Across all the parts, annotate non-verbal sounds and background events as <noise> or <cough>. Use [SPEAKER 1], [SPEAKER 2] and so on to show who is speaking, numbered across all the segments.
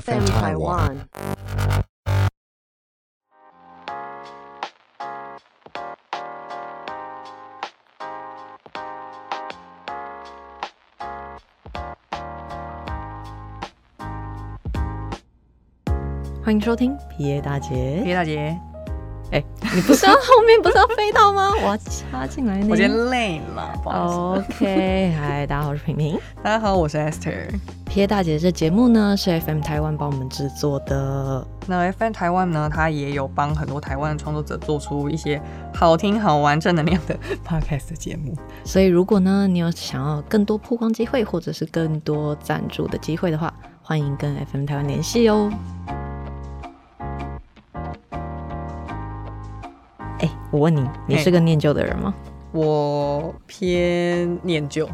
[SPEAKER 1] FM Taiwan.
[SPEAKER 2] 欢迎收 <laughs> 听 PA 大姐。
[SPEAKER 3] 皮大姐，
[SPEAKER 2] 哎、你不是要后面不是要飞到吗？我要插进来那
[SPEAKER 3] 我今
[SPEAKER 2] 个。
[SPEAKER 3] 天累了，不好意思。
[SPEAKER 2] OK，嗨，大家好，我是平平。
[SPEAKER 3] 大家好，我是 Esther。
[SPEAKER 2] PA 大姐这节目呢是 FM 台湾帮我们制作的，
[SPEAKER 3] 那 FN 台湾呢，它也有帮很多台湾的创作者做出一些好听、好玩、正能量的 <laughs> podcast 节目。
[SPEAKER 2] 所以如果呢你有想要更多曝光机会或者是更多赞助的机会的话，欢迎跟 FM 台湾联系哦。哎、我问你，你
[SPEAKER 3] 嘿
[SPEAKER 2] 是个念旧的人吗？
[SPEAKER 3] 我偏念旧，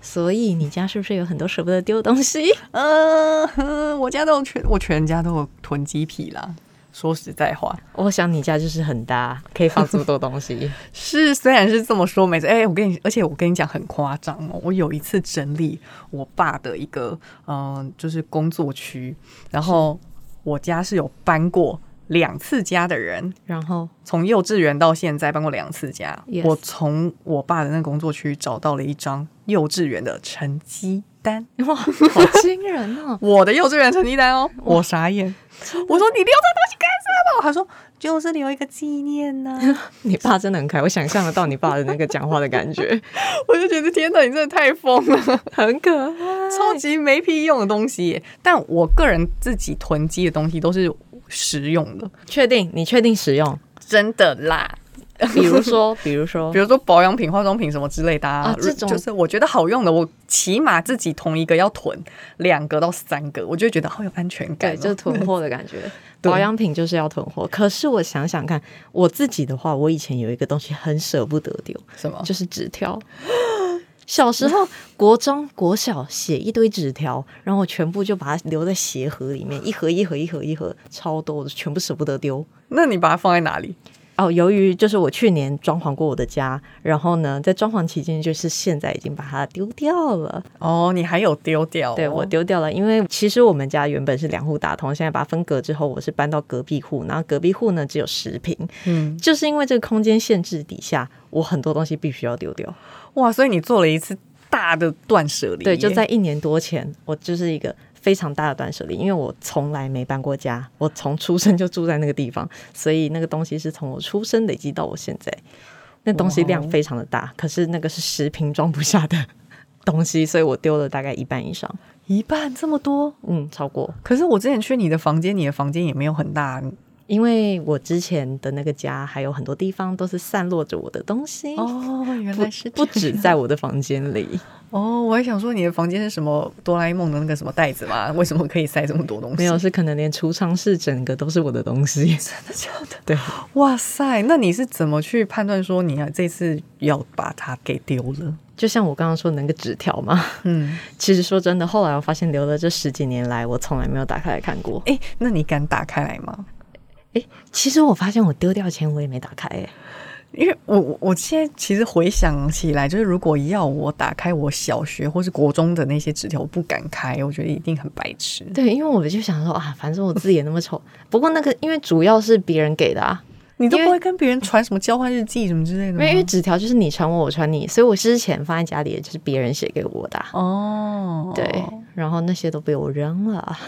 [SPEAKER 2] 所以你家是不是有很多舍不得丢的东西？
[SPEAKER 3] 嗯、哼我家都有全，我全家都有囤积癖啦。说实在话，
[SPEAKER 2] <laughs> 我想你家就是很大，可以放这么多东西。
[SPEAKER 3] 是虽然是这么说，每次哎、我跟你，而且我跟你讲很夸张哦。我有一次整理我爸的一个嗯、呃就是工作区，然后我家是有搬过两次家的人，
[SPEAKER 2] <laughs> 然后
[SPEAKER 3] 从幼稚园到现在搬过两次家。
[SPEAKER 2] Yes
[SPEAKER 3] 我从我爸的那个工作区找到了一张幼稚园的成绩单，
[SPEAKER 2] 哇，好惊人哦！
[SPEAKER 3] 我的幼稚园成绩单哦，我傻眼。我说你留这东西干什么？他说就是留一个纪念呢、
[SPEAKER 2] 你爸真的很开，我想象得到你爸的那个讲话的感 <laughs> 觉，
[SPEAKER 3] 我就觉得天哪，你真的太疯了。
[SPEAKER 2] 很可爱。
[SPEAKER 3] 超级没屁用的东西耶。但我个人自己囤积的东西都是实用的，
[SPEAKER 2] 确定？你确定使用？
[SPEAKER 3] 真的啦。
[SPEAKER 2] 比如说，比如说
[SPEAKER 3] 比，如说保养品、化妆品什么之类的
[SPEAKER 2] 啊这种
[SPEAKER 3] 就是我觉得好用的，我起码自己同一个要囤两个到三个，我就会觉得好有安全感、
[SPEAKER 2] <laughs> 对，
[SPEAKER 3] 哦。
[SPEAKER 2] 就是囤货的感 <laughs> 觉。
[SPEAKER 3] 对
[SPEAKER 2] 保养品就是要囤货。可是我想想看，我自己的话，我以前有一个东西很舍不得丢，
[SPEAKER 3] 什么？
[SPEAKER 2] 哦就是纸条。 <gasps> 小时候，国中、国小写一堆纸条，然后我全部就把它留在鞋盒里面，一盒一盒一盒一盒，超多，我全部舍不得丢。
[SPEAKER 3] 那你把它放在哪里？
[SPEAKER 2] 哦，由于就是我去年装潢过我的家，然后呢，在装潢期间，就是现在已经把它丢掉了。
[SPEAKER 3] 哦，你还有丢掉、哦？
[SPEAKER 2] 对我丢掉了，因为其实我们家原本是两户打通，现在把它分隔之后，我是搬到隔壁户，然后隔壁户呢只有十平，
[SPEAKER 3] 嗯，
[SPEAKER 2] 就是因为这个空间限制底下，我很多东西必须要丢掉。
[SPEAKER 3] 哇，所以你做了一次大的断舍离耶。
[SPEAKER 2] 对，就在一年多前，我就是一个非常大的断舍离，因为我从来没搬过家，我从出生就住在那个地方，所以那个东西是从我出生累积到我现在，那东西量非常的大，可是那个是十瓶装不下的东西，所以我丢了大概一半以上，
[SPEAKER 3] 一半这么多。
[SPEAKER 2] 嗯，超过，
[SPEAKER 3] 可是我之前去你的房间，你的房间也没有很大
[SPEAKER 2] 哎因为我之前的那个家还有很多地方都是散落着我的东西，
[SPEAKER 3] 哦，原
[SPEAKER 2] 不不止在我的房间里。
[SPEAKER 3] 哦，我还想说你的房间是什么哆啦 A 梦的那个什么袋子
[SPEAKER 2] <laughs>
[SPEAKER 3] 吗？为什么可以塞这么多东西？
[SPEAKER 2] 没有，，是可能连储藏室整个都是我的东西。
[SPEAKER 3] 真的
[SPEAKER 2] 对，
[SPEAKER 3] 哇塞，那你是怎么去判断说你啊这次要把它给丢了？
[SPEAKER 2] 就像我刚刚说的那个纸条嘛，
[SPEAKER 3] 嗯，
[SPEAKER 2] 其实说真的，后来我发现留了这十几年来，我从来没有打开来看过。
[SPEAKER 3] 哎、那你敢打开来吗？
[SPEAKER 2] 诶，其实我发现我丢掉前我也没打开、欸诶，
[SPEAKER 3] 因为我我我现在其实回想起来，就是如果要我打开我小学或是国中的那些纸条，我不敢开，我觉得一定很白痴。
[SPEAKER 2] 对，因为我就想说啊，反正我字也那么丑。不过那个，因为主要是别人给的啊，
[SPEAKER 3] 你都
[SPEAKER 2] 因为
[SPEAKER 3] 不会跟别人传什么交换日记什么之类的
[SPEAKER 2] 因
[SPEAKER 3] 吗？
[SPEAKER 2] 为因为纸条就是你传我，我传你，所以我之前放在家里的就是别人写给我的啊、
[SPEAKER 3] 哦，
[SPEAKER 2] 对，然后那些都被我扔了啊。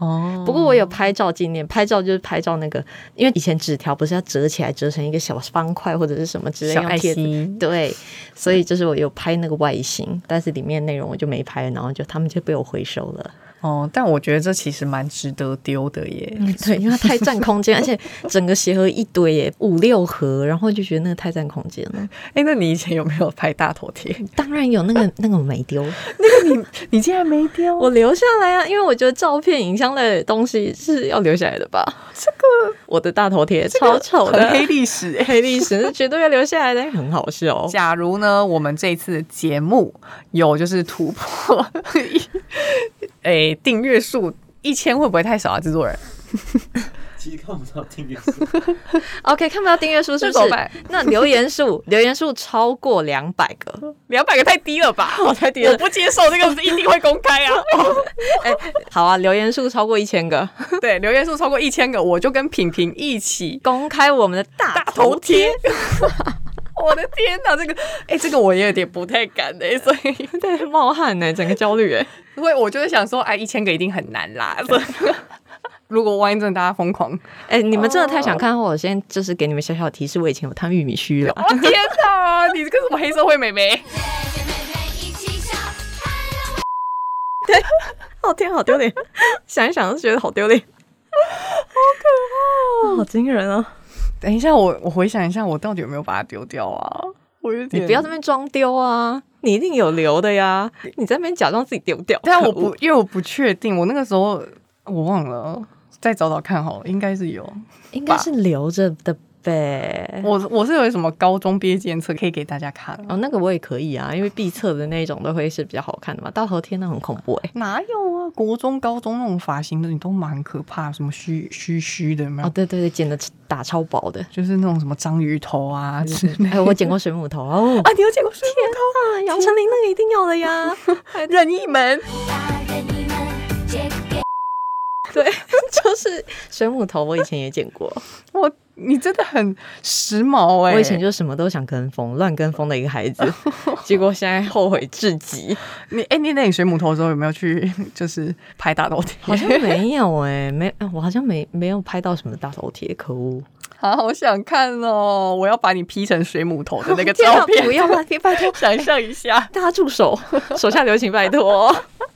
[SPEAKER 3] 哦，
[SPEAKER 2] 不过我有拍照纪念，拍照就是拍照那个，因为以前纸条不是要折起来，折成一个小方块或者是什么之类，
[SPEAKER 3] 小
[SPEAKER 2] 用
[SPEAKER 3] 爱
[SPEAKER 2] 贴纸
[SPEAKER 3] 心
[SPEAKER 2] 对，所以就是我有拍那个外形，但是里面内容我就没拍，然后就他们就被我回收了。
[SPEAKER 3] 哦，但我觉得这其实蛮值得丢的耶。
[SPEAKER 2] 嗯对，
[SPEAKER 3] <laughs>
[SPEAKER 2] 因为它太占空间，而且整个鞋盒一堆耶，五六盒，然后就觉得那个太占空间了。
[SPEAKER 3] 哎、那你以前有没有拍大头贴？
[SPEAKER 2] 当然有那个那个我没丢，
[SPEAKER 3] <laughs> 你竟然没丢，
[SPEAKER 2] 我留下来啊，因为我觉得照片、影像类的东西是要留下来的吧。这个我的大头贴超丑
[SPEAKER 3] 很黑
[SPEAKER 2] 的。
[SPEAKER 3] 历史哎、
[SPEAKER 2] 黑历史是绝对要留下来的，很好笑。
[SPEAKER 3] <laughs> 假如呢，我们这次节目有就是突破一，哎、订阅数一千会不会太少啊？制作人
[SPEAKER 1] 其实看不到订阅数，
[SPEAKER 2] OK，看不到订阅数是不
[SPEAKER 3] 那怎么
[SPEAKER 2] 是
[SPEAKER 3] 办？
[SPEAKER 2] 那留言数，留言数超过两百个，
[SPEAKER 3] 两百个 <laughs> 太低了吧？
[SPEAKER 2] 我太低
[SPEAKER 3] 我
[SPEAKER 2] 了。
[SPEAKER 3] 不接受这个一定会公开 <laughs> 啊！
[SPEAKER 2] 好啊，留言数超过一千个， <laughs>
[SPEAKER 3] 对，留言数超过一千个，我就跟品品一起
[SPEAKER 2] 公开我们的大
[SPEAKER 3] 大
[SPEAKER 2] 头
[SPEAKER 3] 头
[SPEAKER 2] 贴 <laughs>
[SPEAKER 3] 贴。。 <laughs> 我的天哪，这个哎、这个我也有点不太敢哎、所以
[SPEAKER 2] 对，冒汗呢、整个焦虑 <laughs> 哎、
[SPEAKER 3] 因为我就会想说，哎，一千个一定很难啦。所以如果万一真的大家疯狂，
[SPEAKER 2] 哎、你们真的太想看的话，我先就是给你们小小的提示，我以前有烫玉米须了
[SPEAKER 3] 我、。天哪，你这个什么黑社会妹妹？
[SPEAKER 4] 姐妹陪一起笑，
[SPEAKER 2] <laughs> 哦天，好丢脸！ <laughs> 想一想就觉得 <laughs> 好丢脸，好可 <laughs> 怕、好惊人啊！
[SPEAKER 3] 等一下，我我回想一下，我到底有没有把它丢掉啊？我有
[SPEAKER 2] 你
[SPEAKER 3] 点
[SPEAKER 2] 不要在那边装丢啊，你一定有留的呀，你在那边假装自己丢掉。
[SPEAKER 3] 但我
[SPEAKER 2] 可恶
[SPEAKER 3] 不，因为我不确定，我那个时候我忘了，再找找看好了，应该是有。
[SPEAKER 2] 应该是留着的呗。
[SPEAKER 3] 我我是有什么高中毕业纪念册可以给大家看？
[SPEAKER 2] 哦，那个我也可以啊，因为必测的那种都会是比较好看的嘛。大头贴那很恐怖哎、
[SPEAKER 3] 哪有啊？国中、高中那种发型的，你都蛮可怕，什么虚虚虚的，有没有？
[SPEAKER 2] 哦，对对对，剪的打超薄 <laughs> 的。
[SPEAKER 3] 就是那种什么章鱼头啊之类
[SPEAKER 2] 哎，我剪过水母头哦。
[SPEAKER 3] 啊，你有剪过水母头？
[SPEAKER 2] 啊，杨丞琳那个一定要的呀。 <laughs>
[SPEAKER 3] 任意门，
[SPEAKER 4] 大人你们借给
[SPEAKER 2] 对，就是水母头，我以前也剪过。
[SPEAKER 3] 我你真的很时髦哎、
[SPEAKER 2] 我以前就什么都想跟风，乱跟风的一个孩 <laughs> 子，结果现在后悔至极。
[SPEAKER 3] 你哎、你那你水母头的时候有没有去就是拍大 <laughs> 头贴？
[SPEAKER 2] 好像没有哎、 <laughs> 没，我好像没没有拍到什么大头贴，可 <laughs> 恶！
[SPEAKER 3] 啊，好想看哦！我要把你 P 成水母头的 <laughs> 那个
[SPEAKER 2] 天啊
[SPEAKER 3] 照片，
[SPEAKER 2] 不要啊，别拜托，
[SPEAKER 3] 想象一下。
[SPEAKER 2] 大家住手， <laughs> 手下留情，拜托。 <laughs>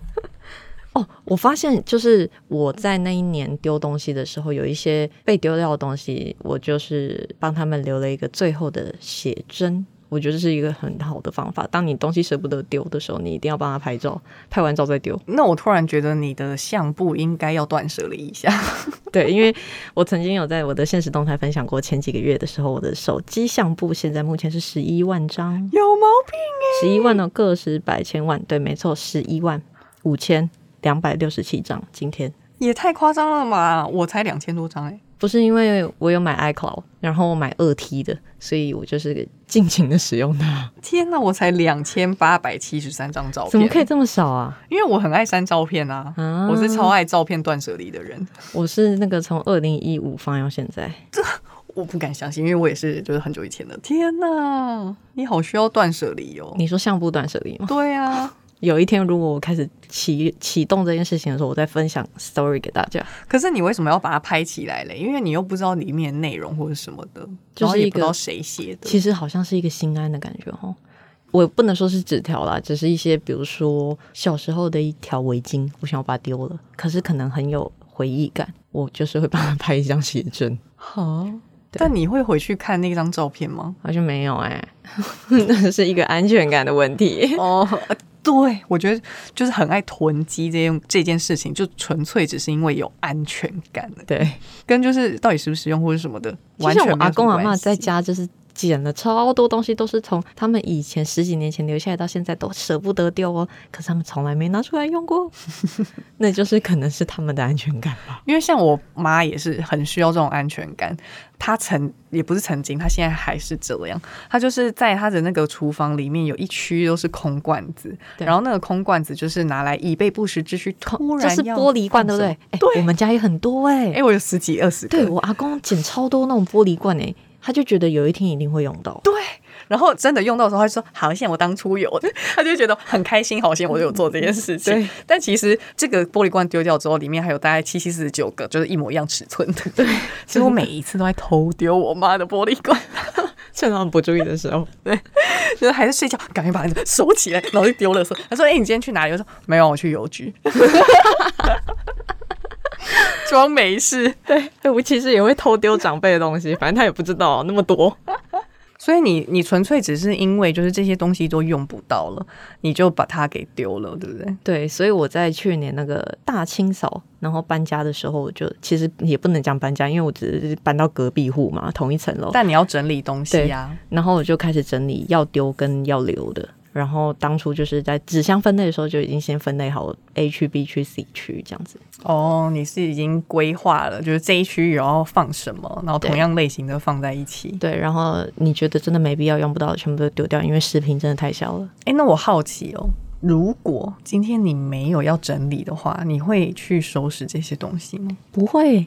[SPEAKER 2] 哦，我发现就是我在那一年丢东西的时候，有一些被丢掉的东西，我就是帮他们留了一个最后的写真。我觉得这是一个很好的方法。当你东西舍不得丢的时候，你一定要帮他拍照，拍完照再丢。
[SPEAKER 3] <laughs>
[SPEAKER 2] <laughs>
[SPEAKER 3] 那我突然觉得你的相簿应该要断舍离一下。
[SPEAKER 2] 对，因为我曾经有在我的现实动态分享过，前几个月的时候，我的手机相簿现在目前是十一万张，
[SPEAKER 3] <laughs> 有毛病哎、
[SPEAKER 2] 十一万的个十百千万，对，没错，十一万五千两百六十七张。今天
[SPEAKER 3] 也太夸张了嘛！我才两千多张哎、
[SPEAKER 2] 不是因为我有买 iCloud，然后我买二 T 的，所以我就是尽情的使用它。
[SPEAKER 3] 天呐，我才两千八百七十三张照片，
[SPEAKER 2] 怎么可以？这么少啊？
[SPEAKER 3] 因为我很爱删照片啊，
[SPEAKER 2] 啊
[SPEAKER 3] 我是超爱照片断舍离的人，
[SPEAKER 2] 我是那个从二零一五放到现在，
[SPEAKER 3] 我不敢相信，因为我也是就是很久以前的。天呐，你好需要断舍离哦。
[SPEAKER 2] 你说相簿断舍离吗？
[SPEAKER 3] 对啊，
[SPEAKER 2] 有一天如果我开始启启动这件事情的时候，我再分享 story 给大家。
[SPEAKER 3] 可是你为什么要把它拍起来嘞？因为你又不知道里面内容或者什么的，
[SPEAKER 2] 就是
[SPEAKER 3] 然后也
[SPEAKER 2] 一
[SPEAKER 3] 不
[SPEAKER 2] 个
[SPEAKER 3] 知道谁写的。
[SPEAKER 2] 其实好像是一个心安的感觉哦。我不能说是纸条啦，只是一些比如说小时候的一条围巾，我想要把它丢了，可是可能很有回忆感，我就是会帮它拍一张写真。
[SPEAKER 3] 好，但你会回去看那张照片吗？
[SPEAKER 2] 好像没有哎、 <laughs> 那是一个安全感的问
[SPEAKER 3] <laughs>
[SPEAKER 2] 题。
[SPEAKER 3] 哦，呃对，我觉得就是很爱囤积这件这件事情，就纯粹只是因为有安全感了，
[SPEAKER 2] 对，
[SPEAKER 3] 跟就是到底实不实用或者什么的，
[SPEAKER 2] 就
[SPEAKER 3] 完
[SPEAKER 2] 像
[SPEAKER 3] 全
[SPEAKER 2] 我
[SPEAKER 3] 没有
[SPEAKER 2] 阿公
[SPEAKER 3] 什
[SPEAKER 2] 阿
[SPEAKER 3] 么
[SPEAKER 2] 妈
[SPEAKER 3] 关
[SPEAKER 2] 在
[SPEAKER 3] 系
[SPEAKER 2] 家就是。捡了超多东西，都是从他们以前十几年前留下来，到现在都舍不得丢哦。可是他们从来没拿出来用
[SPEAKER 3] <laughs>
[SPEAKER 2] 过，那就是可能是他们的安全感吧。
[SPEAKER 3] 因为像我妈也是很需要这种安全感，她曾也不是曾经，她现在还是这样。她就是在她的那个厨房里面有一区都是空罐子，
[SPEAKER 2] 对
[SPEAKER 3] 然后那个空罐子就是拿来以备不时之需，突
[SPEAKER 2] 这
[SPEAKER 3] 然
[SPEAKER 2] 是
[SPEAKER 3] 要
[SPEAKER 2] 玻璃罐，对
[SPEAKER 3] 放
[SPEAKER 2] 不对
[SPEAKER 3] 什么？
[SPEAKER 2] 哎、
[SPEAKER 3] 对
[SPEAKER 2] 我们家也很多哎、
[SPEAKER 3] 哎、我有十几二十
[SPEAKER 2] 对
[SPEAKER 3] 个，
[SPEAKER 2] 我阿公捡超多那种玻璃罐哎、他就觉得有一天一定会用到。
[SPEAKER 3] 对。然后真的用到的时候，她就说：“好险，我当初有。” <laughs> 她就会觉得很开心，好险我有做这件事情。
[SPEAKER 2] 对
[SPEAKER 3] 但其实这个玻璃罐丢掉之后，里面还有大概七七四十九个，就是一模一样尺寸的。对，所以我每一次都在偷丢我妈的玻璃罐。
[SPEAKER 2] 趁他们不注意的时
[SPEAKER 3] <laughs>
[SPEAKER 2] 候，
[SPEAKER 3] 就是还在睡觉，赶紧把它收起来，然后就丢了。说，他说：“哎、你今天去哪里？”我说：“没有，我去
[SPEAKER 2] <laughs>
[SPEAKER 3] 邮局。”装没事。
[SPEAKER 2] <laughs> 对我其实也会偷丢长辈的东西，反正他也不知道那么多。
[SPEAKER 3] 所以你你纯粹只是因为就是这些东西都用不到了，你就把它给丢了，对不对？
[SPEAKER 2] <laughs> 对，所以我在去年那个大清扫，然后搬家的时候，我就其实也不能讲搬家，因为我只是搬到隔壁户嘛，同一层楼。
[SPEAKER 3] 但你要整理东西呀、啊
[SPEAKER 2] 然后我就开始整理要丢跟要留的，然后当初就是在纸箱分类的时候就已经先分类好 A 区、B 区、C 区这样子。
[SPEAKER 3] 哦，你是已经规划了，就是这一区域要放什么，然后同
[SPEAKER 2] 对
[SPEAKER 3] 样类型的放在一起。
[SPEAKER 2] 对，然后你觉得真的没必要用不到的，全部都丢掉，因为食品真的太小了。
[SPEAKER 3] 哎、那我好奇哦，如果今天你没有要整理的话，你会去收拾这些东西吗？
[SPEAKER 2] 不会，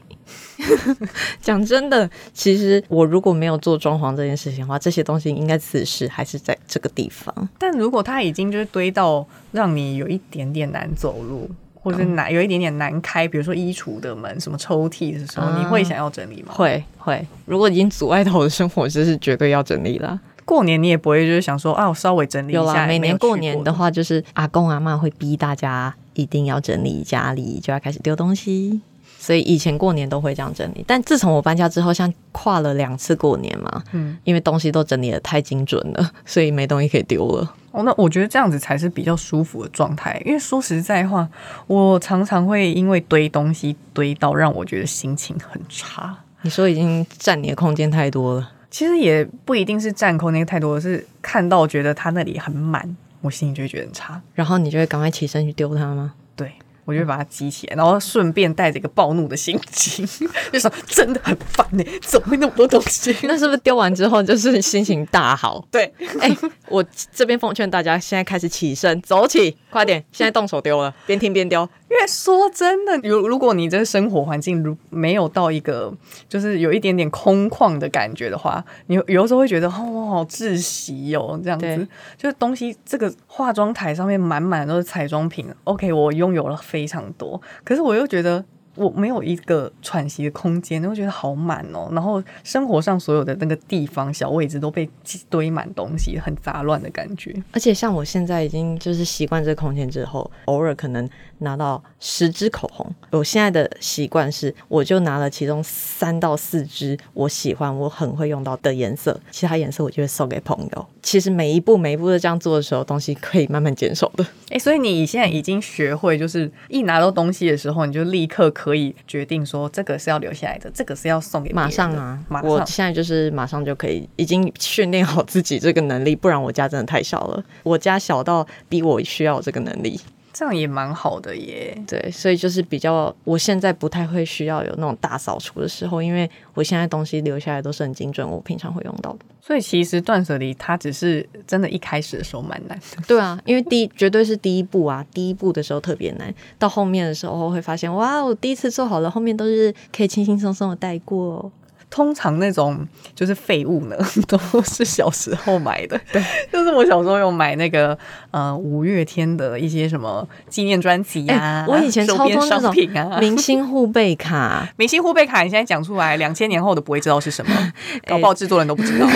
[SPEAKER 2] <laughs> 讲真的，其实我如果没有做装潢这件事情的话，这些东西应该此时还是在这个地方。
[SPEAKER 3] 但如果它已经就是堆到让你有一点点难走路，或
[SPEAKER 2] 哦
[SPEAKER 3] 者难有一点点难开，比如说衣橱的门、什么抽屉的时候，
[SPEAKER 2] 啊
[SPEAKER 3] 你会想要整理吗？
[SPEAKER 2] 会会，如果已经阻碍到我的生活，这是绝对要整理啦。
[SPEAKER 3] 过年你也不会就是想说啊，我稍微整理一
[SPEAKER 2] 有
[SPEAKER 3] 下。
[SPEAKER 2] 啦，每
[SPEAKER 3] 也没有
[SPEAKER 2] 年
[SPEAKER 3] 去过
[SPEAKER 2] 过年的，话，就是阿公阿妈会逼大家一定要整理家里，就要开始丢东西。所以以前过年都会这样整理，但自从我搬家之后，像跨了两次过年嘛，
[SPEAKER 3] 嗯，
[SPEAKER 2] 因为东西都整理的太精准了，所以没东西可以丢 <laughs> 了。
[SPEAKER 3] 哦，那我觉得这样子才是比较舒服的状态。因为说实在话，我常常会因为堆东西堆到让我觉得心情很差。
[SPEAKER 2] 你说已经占你的空间太多了，
[SPEAKER 3] 其实也不一定是占空间太多，是看到觉得它那里很满，我心里就会觉得很差。
[SPEAKER 2] 然后你就会赶快起身去丢它吗？
[SPEAKER 3] 对，我就会把它激起来，
[SPEAKER 2] 嗯
[SPEAKER 3] 然后顺便带着一个暴怒的心情， <laughs> 就说真的很烦呢、怎么会那么多东西？？
[SPEAKER 2] 那是不是丢完之后就是心情大好 <laughs>
[SPEAKER 3] 对，
[SPEAKER 2] 哎、我这边奉劝大家，现在开始起身，走起，快点！现在动手丢 <laughs> 了，边听边丢。
[SPEAKER 3] 因为说真的，如如果你这生活环境如没有到一个就是有一点点空旷的感觉的话，你有有的时候会觉得哦，我好窒息哦，这样子
[SPEAKER 2] 对，
[SPEAKER 3] 就是东西这个化妆台上面满满都是彩妆品，OK，我拥有了非常多，可是我又觉得。我没有一个喘息的空间，我会觉得好满哦。然后生活上所有的那个地方小位置都被堆满东西，很杂乱的感觉。
[SPEAKER 2] 而且像我现在已经就是习惯这个空间之后，偶尔可能拿到十支口红，我现在的习惯是，我就拿了其中三到四支我喜欢、我很会用到的颜色，其他颜色我就会送给朋友。其实每一步每一步的这样做的时候，东西可以慢慢减少的。
[SPEAKER 3] 哎、所以你现在已经学会，就是一拿到东西的时候，你就立刻可以决定说，这个是要留下来的，这个是要送给别人的
[SPEAKER 2] 马上啊，
[SPEAKER 3] 马
[SPEAKER 2] 我
[SPEAKER 3] 上。
[SPEAKER 2] 现在就是马上就可以，已经训练好自己这个能力，不然我家真的太小了，我家小到逼我需要这个能力。
[SPEAKER 3] 这样也蛮好的耶。
[SPEAKER 2] 对，所以就是比较，我现在不太会需要有那种大扫除的时候，因为我现在东西留下来都是很精准，我平常会用到的。
[SPEAKER 3] 所以其实断舍离，它只是真的一开始的时候蛮难的。
[SPEAKER 2] 对啊，因为第一绝对是第一步啊，第一步的时候特别难，到后面的时候会发现，哇，我第一次做好了，后面都是可以轻轻松松的带过、哦。
[SPEAKER 3] 通常那种就是废物呢， <laughs> 都是小时候买的。对，就是我小时候有买那个呃五月天的一些什么纪念专辑
[SPEAKER 2] 哎、
[SPEAKER 3] 啊，
[SPEAKER 2] 我以前
[SPEAKER 3] 周
[SPEAKER 2] 超
[SPEAKER 3] 边
[SPEAKER 2] 多那
[SPEAKER 3] 商
[SPEAKER 2] 种
[SPEAKER 3] 品啊。
[SPEAKER 2] 明星护贝卡。
[SPEAKER 3] 明星护贝卡，你现在讲出来，两千年后的不会知道是什 <laughs> 么，搞不好制作人都不 <laughs> 知道。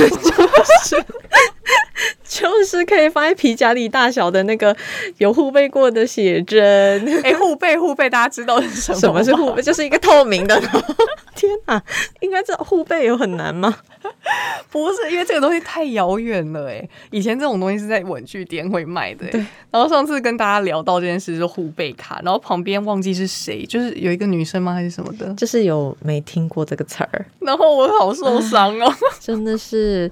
[SPEAKER 2] <laughs> 就是可以放在皮夹里大小的那个有护背过的写 <laughs> 真。
[SPEAKER 3] 哎、护背护背，大家知道是什么？
[SPEAKER 2] 什么是护背？？就是一个透明的。 <laughs> 然后天哪，应该知道护背有很难吗？
[SPEAKER 3] 不是，因为这个东西太遥远了哎、以前这种东西是在文具店会卖的、哎然后上次跟大家聊到这件事，是护贝卡，然后旁边忘记是谁，就是有一个女生吗还是什么的？
[SPEAKER 2] 就是有没听过这个词儿， <laughs>
[SPEAKER 3] 然后我好受伤哦、
[SPEAKER 2] 真的是。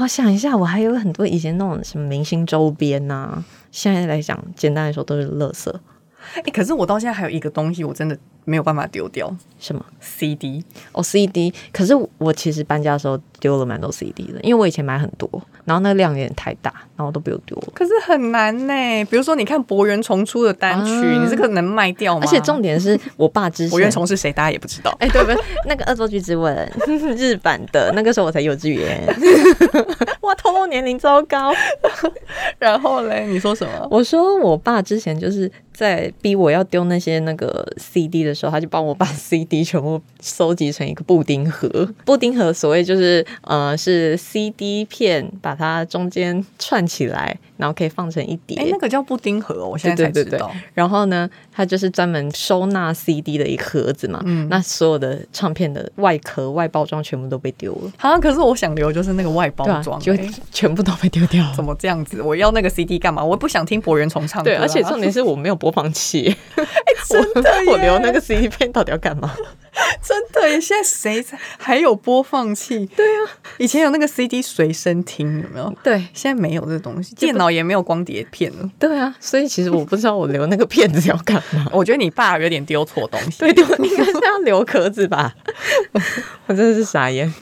[SPEAKER 2] 我想一下，我还有很多以前那种什么明星周边呐、现在来讲，简单来说都是垃圾。
[SPEAKER 3] <laughs> 哎、可是我到现在还有一个东西，我真的没有办法丢掉
[SPEAKER 2] 什么
[SPEAKER 3] ，CD。
[SPEAKER 2] 哦，CD，可是我其实搬家的时候丢了蛮多 CD 的，因为我以前买很多，然后那量有点太大，然后我都不用丢了。
[SPEAKER 3] 可是很难呢、比如说，你看博元重出的单曲，
[SPEAKER 2] 啊
[SPEAKER 3] 你这个能卖掉吗？
[SPEAKER 2] 而且重点是我爸之前
[SPEAKER 3] 博元重是谁，大家也不知道。
[SPEAKER 2] 哎、对不对？那个《恶作剧之吻》日版的，那个时候我才幼稚园， <laughs> 哇，透露年龄糟糕。
[SPEAKER 3] 哎然后嘞，你说什么？
[SPEAKER 2] 我说我爸之前就是在逼我要丢那些那个 CD 的时候，他就帮我把 CD 全部收集成一个布丁盒。布丁盒所谓就是呃是 CD 片，把它中间串起来，然后可以放成一叠。
[SPEAKER 3] 哎、那个叫布丁盒哦，我现在才知道。
[SPEAKER 2] 对对对然后呢，它就是专门收纳 CD 的一个盒子嘛。
[SPEAKER 3] 嗯
[SPEAKER 2] 那所有的唱片的外壳、外包装全部都被丢了。
[SPEAKER 3] 啊，可是我想留就是那个外包
[SPEAKER 2] 对啊
[SPEAKER 3] 装、，
[SPEAKER 2] 就
[SPEAKER 3] 欸
[SPEAKER 2] 全部都被丢掉
[SPEAKER 3] 怎么这样子？我要那个 CD 干嘛？我不想听博元重唱歌、
[SPEAKER 2] 对，哎
[SPEAKER 3] 啊。
[SPEAKER 2] <laughs>
[SPEAKER 3] <laughs>
[SPEAKER 2] 而且重点是我没有播放器，
[SPEAKER 3] 真的
[SPEAKER 2] <laughs> 我留
[SPEAKER 3] 耶
[SPEAKER 2] 那个 CD 片到底要干嘛？
[SPEAKER 3] 真的耶！现在谁才还有播放器？对啊，以前有那个 CD 随身听，有没有？
[SPEAKER 2] 对
[SPEAKER 3] 现在没有这东西，电脑也没有光碟片了。
[SPEAKER 2] 对啊，所以其实我不知道我留那个片子要干嘛。
[SPEAKER 3] 我觉得你爸有点丢错东
[SPEAKER 2] <laughs>
[SPEAKER 3] 西。
[SPEAKER 2] 对，丢应该是要留壳子 <laughs> 吧？我真的是傻眼。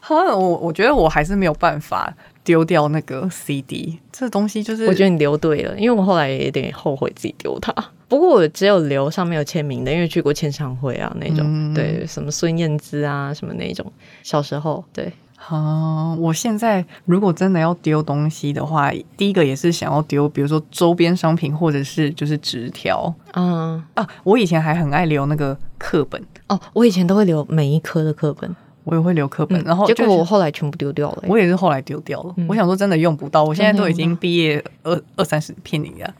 [SPEAKER 3] 好，我我觉得我还是没有办法丢掉那个 CD，这东西就是
[SPEAKER 2] 我觉得你留对了，因为我后来也有点后悔自己丢它。不过我只有留上面有签名的，因为去过签唱会啊那种，
[SPEAKER 3] 嗯
[SPEAKER 2] 对，什么孙燕姿啊什么那种，小时候对，
[SPEAKER 3] 啊，我现在如果真的要丢东西的话，第一个也是想要丢，比如说周边商品或者是就是纸条
[SPEAKER 2] 嗯，
[SPEAKER 3] 啊。我以前还很爱留那个课本，
[SPEAKER 2] 哦，我以前都会留每一科的课本，
[SPEAKER 3] 我也会留课本，
[SPEAKER 2] 嗯
[SPEAKER 3] 然后
[SPEAKER 2] 结
[SPEAKER 3] 就是
[SPEAKER 2] 果我后嗯来全部丢掉了、欸
[SPEAKER 3] 我也是后来丢掉了。我想说真的用不到，我现在都已经毕业二二三十，骗你
[SPEAKER 2] <laughs>
[SPEAKER 3] 的，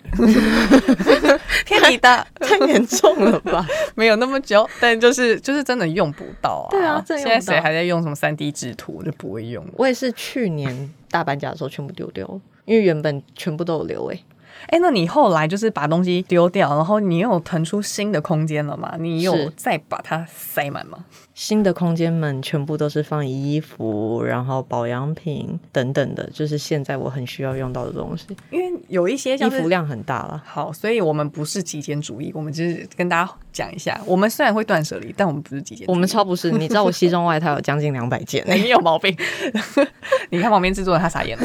[SPEAKER 3] 骗你的，
[SPEAKER 2] 太严重了吧？
[SPEAKER 3] 没有那么久，但就是就是真的用不到啊。
[SPEAKER 2] 对啊真的
[SPEAKER 3] 现
[SPEAKER 2] 用不到
[SPEAKER 3] 在谁还在用什么三 D 制图，我就不会用了。
[SPEAKER 2] <laughs> 我也是去年大搬家的时候全部丢掉了，因为原本全部都有留诶、欸
[SPEAKER 3] 哎、那你后来就是把东西丢掉，然后你又有腾出新的空间了吗？你有
[SPEAKER 2] 是
[SPEAKER 3] 再把它塞满吗？
[SPEAKER 2] 新的空间门全部都是放衣服，然后保养品等等的，就是现在我很需要用到的东西，
[SPEAKER 3] 因为有一些
[SPEAKER 2] 衣
[SPEAKER 3] 像是
[SPEAKER 2] 服量很大啦。
[SPEAKER 3] 好，所以我们不是极简主义，我们就是跟大家讲一下，我们虽然会断舍离，但我们不是极简主义
[SPEAKER 2] 我们
[SPEAKER 3] <laughs>
[SPEAKER 2] 超不是，你知道我西装外套有将近两百件、欸，
[SPEAKER 3] 你有毛病！ <laughs> 你看旁边制作人他傻眼了，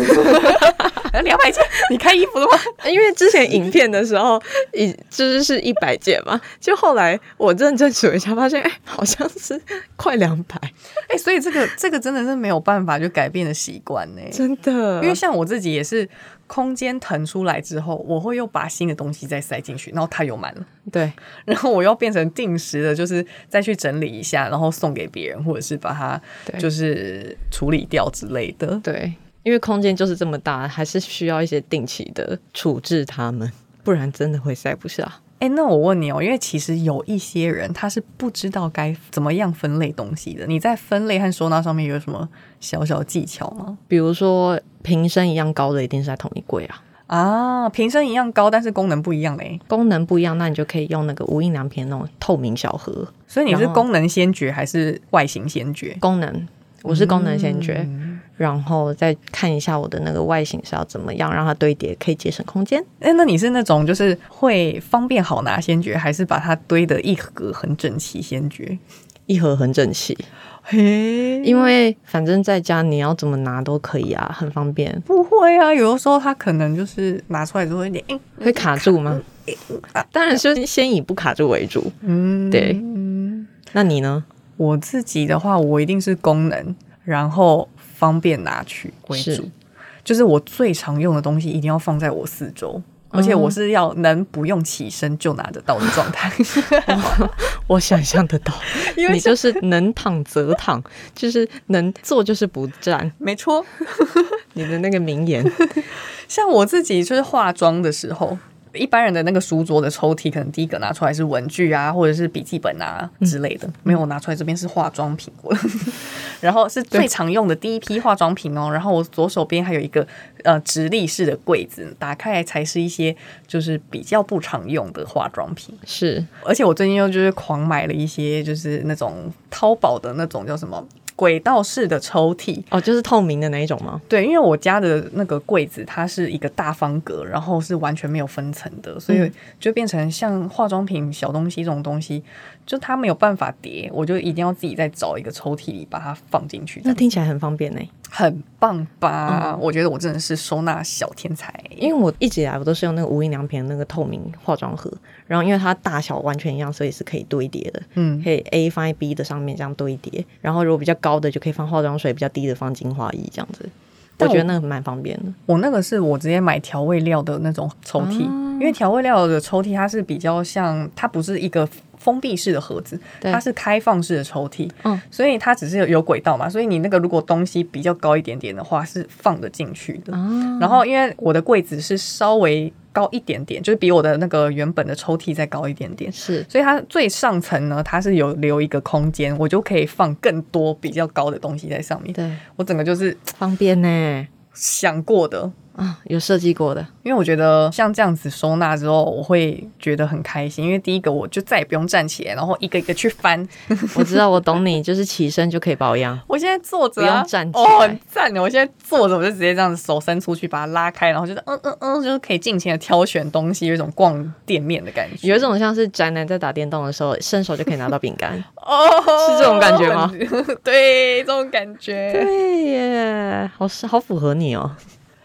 [SPEAKER 3] 两百件，你看衣服的吗？
[SPEAKER 2] <laughs> 因为之前影片的时候，一就是是一百件嘛，就后来我认真数一下，发现哎、好像是快两百，
[SPEAKER 3] 哎、所以这个这个真的是没有办法就改变的习惯呢，
[SPEAKER 2] 真的，
[SPEAKER 3] 因为像我自己也是，空间腾出来之后，我会又把新的东西再塞进去，然后它又满了，
[SPEAKER 2] 对
[SPEAKER 3] 然后我又变成定时的，就是再去整理一下，然后送给别人，或者是把它
[SPEAKER 2] 对
[SPEAKER 3] 就是处理掉之类的。
[SPEAKER 2] 对，因为空间就是这么大，还是需要一些定期的处置它们，不然真的会塞不下。
[SPEAKER 3] 哎、那我问你哦，因为其实有一些人他是不知道该怎么样分类东西的，你在分类和收纳上面有什么小小技巧吗？
[SPEAKER 2] 比如说瓶身一样高的一定是在同一柜啊，
[SPEAKER 3] 啊，瓶身一样高，但是功能不一样嘞，
[SPEAKER 2] 功能不一样，那你就可以用那个无印良品的那种透明小盒，
[SPEAKER 3] 所以你是
[SPEAKER 2] 然后
[SPEAKER 3] 功能先决还是外形先决？
[SPEAKER 2] 功能，我是功能先决，
[SPEAKER 3] 嗯
[SPEAKER 2] 然后再看一下我的那个外形是要怎么样让它堆叠，可以节省空间。
[SPEAKER 3] 哎、那你是那种就是会方便好拿先决，还是把它堆的一格很整齐先决？
[SPEAKER 2] 一盒很整齐，
[SPEAKER 3] 嘿，
[SPEAKER 2] 因为反正在家你要怎么拿都可以啊，很方便。
[SPEAKER 3] 不会啊，有的时候它可能就是拿出来之后有点，哎
[SPEAKER 2] 会卡住吗？当然是先以不卡住为主。
[SPEAKER 3] 嗯，
[SPEAKER 2] 对那你呢？
[SPEAKER 3] 我自己的话，我一定是功能，然后方便拿取为
[SPEAKER 2] 是
[SPEAKER 3] 主。就是我最常用的东西一定要放在我四周，而且我是要能不用起身就拿得到的状
[SPEAKER 2] <laughs>
[SPEAKER 3] 态。
[SPEAKER 2] 我想象 <laughs> 得到，
[SPEAKER 3] 因为
[SPEAKER 2] 你
[SPEAKER 3] 像
[SPEAKER 2] 就是能躺则躺，就是能坐就是不站。
[SPEAKER 3] 没错，
[SPEAKER 2] 你的那个名 <laughs> 言，
[SPEAKER 3] 像我自己就是化妆的时候。一般人的那个书桌的抽屉，可能第一个拿出来是文具啊，或者是笔记本啊之类的。没有，我拿出来这边是化妆品，我 <laughs> 然后是最常用的第一批化妆品哦。然后我左手边还有一个呃直立式的柜子，打开来才是一些就是比较不常用的化妆品。
[SPEAKER 2] 是
[SPEAKER 3] 而且我最近又就是狂买了一些就是那种淘宝的那种叫什么轨道式的抽屉，
[SPEAKER 2] 哦，就是透明的那一种吗？
[SPEAKER 3] 对，因为我家的那个柜子，它是一个大方格，然后是完全没有分层的，所以
[SPEAKER 2] 嗯
[SPEAKER 3] 就变成像化妆品、小东西这种东西，就它没有办法叠，我就一定要自己再找一个抽屉里把它放进去，这
[SPEAKER 2] 那嗯
[SPEAKER 3] 样
[SPEAKER 2] 听起来很方便欸呢、
[SPEAKER 3] 很棒吧？我觉得我真的是收纳小天才，
[SPEAKER 2] 因为我一直以来我都是用那个无印良品的那个透明化妆盒，然后因为它大小完全一样，所以是可以堆叠的，
[SPEAKER 3] 嗯
[SPEAKER 2] 可以 A 放在 B 的上面这样堆叠，然后如果比较高的就可以放化妆水，比较低的放精华液这样子。我
[SPEAKER 3] 但我
[SPEAKER 2] 觉得那个蛮方便的，
[SPEAKER 3] 我那个是我直接买调味料的那种抽屉，
[SPEAKER 2] 啊
[SPEAKER 3] 因为调味料的抽屉它是比较像，它不是一个封闭式的盒子，
[SPEAKER 2] 对
[SPEAKER 3] 它是开放式的抽屉，
[SPEAKER 2] 嗯
[SPEAKER 3] 所以它只是有有轨道嘛，所以你那个如果东西比较高一点点的话，是放得进去的。
[SPEAKER 2] 啊
[SPEAKER 3] 然后因为我的柜子是稍微高一点点，就是比我的那个原本的抽屉再高一点点，
[SPEAKER 2] 是
[SPEAKER 3] 所以它最上层呢，它是有留一个空间，我就可以放更多比较高的东西在上面。
[SPEAKER 2] 对，
[SPEAKER 3] 我整个就是
[SPEAKER 2] 方便呢、
[SPEAKER 3] 想过的，
[SPEAKER 2] 啊，有设计过的，
[SPEAKER 3] 因为我觉得像这样子收纳之后，我会觉得很开心。因为第一个，我就再也不用站起来，然后一个一个去
[SPEAKER 2] <laughs>
[SPEAKER 3] 翻。
[SPEAKER 2] 我知道，我懂你，就是起身就可以保 <laughs> 养。
[SPEAKER 3] 我现在坐着、啊，
[SPEAKER 2] 不用站起来
[SPEAKER 3] 哦，很赞的。我现在坐着，我就直接这样子手伸出去，把它拉开，然后就是嗯嗯嗯，就是可以尽情的挑选东西，有一种逛店面的感觉。
[SPEAKER 2] 有一种像是宅男在打电动的时候，伸手就可以拿到饼干。 <laughs>
[SPEAKER 3] 哦，
[SPEAKER 2] 是这种感觉吗？
[SPEAKER 3] <laughs> 对，这种感
[SPEAKER 2] <laughs>
[SPEAKER 3] 觉。
[SPEAKER 2] 对耶，好是好符合你哦。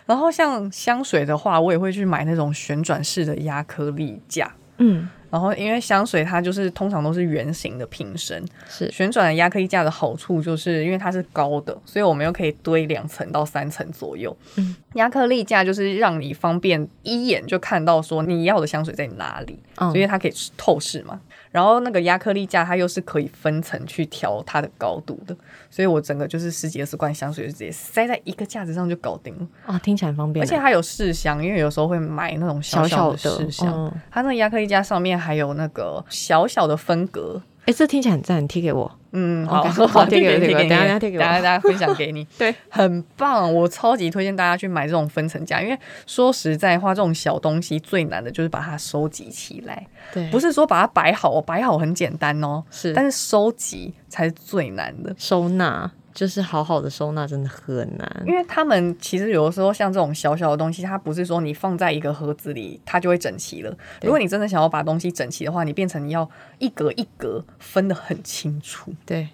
[SPEAKER 3] 然后像香水的话，我也会去买那种旋转式的亚克力架。
[SPEAKER 2] 嗯，
[SPEAKER 3] 然后因为香水它就是通常都是圆形的瓶身，
[SPEAKER 2] 是
[SPEAKER 3] 旋转的亚克力架的好处就是因为它是高的，所以我们又可以堆两层到三层左右。
[SPEAKER 2] 嗯，
[SPEAKER 3] 亚克力架就是让你方便一眼就看到说你要的香水在哪里，
[SPEAKER 2] 嗯
[SPEAKER 3] 所以它可以透视嘛。然后那个亚克力架它又是可以分层去调它的高度的，所以我整个就是十几二十罐香水就直接塞在一个架子上就搞定了。
[SPEAKER 2] 啊，听起来很方便
[SPEAKER 3] 而
[SPEAKER 2] 啊。
[SPEAKER 3] 且它有试香，因为有时候会买那种小
[SPEAKER 2] 小
[SPEAKER 3] 的
[SPEAKER 2] 小的
[SPEAKER 3] 试香。
[SPEAKER 2] 嗯
[SPEAKER 3] 它那个亚克力架上面还有那个小小的分隔。
[SPEAKER 2] 哎，这听起来很赞，你贴给我。
[SPEAKER 3] 嗯，
[SPEAKER 2] 好
[SPEAKER 3] 好，
[SPEAKER 2] 哦感谢好贴给我贴给我
[SPEAKER 3] 你
[SPEAKER 2] 等一下贴给我
[SPEAKER 3] 等一下大家分享给你，
[SPEAKER 2] <laughs> 对，
[SPEAKER 3] <laughs> 很棒，我超级推荐大家去买这种分层架，因为说实在话，这种小东西最难的就是把它收集起来，
[SPEAKER 2] 对，
[SPEAKER 3] 不
[SPEAKER 2] 是
[SPEAKER 3] 是说把它摆好，哦，摆好很简单哦，
[SPEAKER 2] 是
[SPEAKER 3] 但是收集才是最难的。
[SPEAKER 2] 收纳，就是好好的收纳真的很难
[SPEAKER 3] 因。为他们其实有的时候像这种小小的东西，它不是说你放在一个盒子里它就会整齐了。
[SPEAKER 2] 对
[SPEAKER 3] 如果你真的想要把东西整齐的话，你变成你要一格一格分得很清楚。
[SPEAKER 2] 对，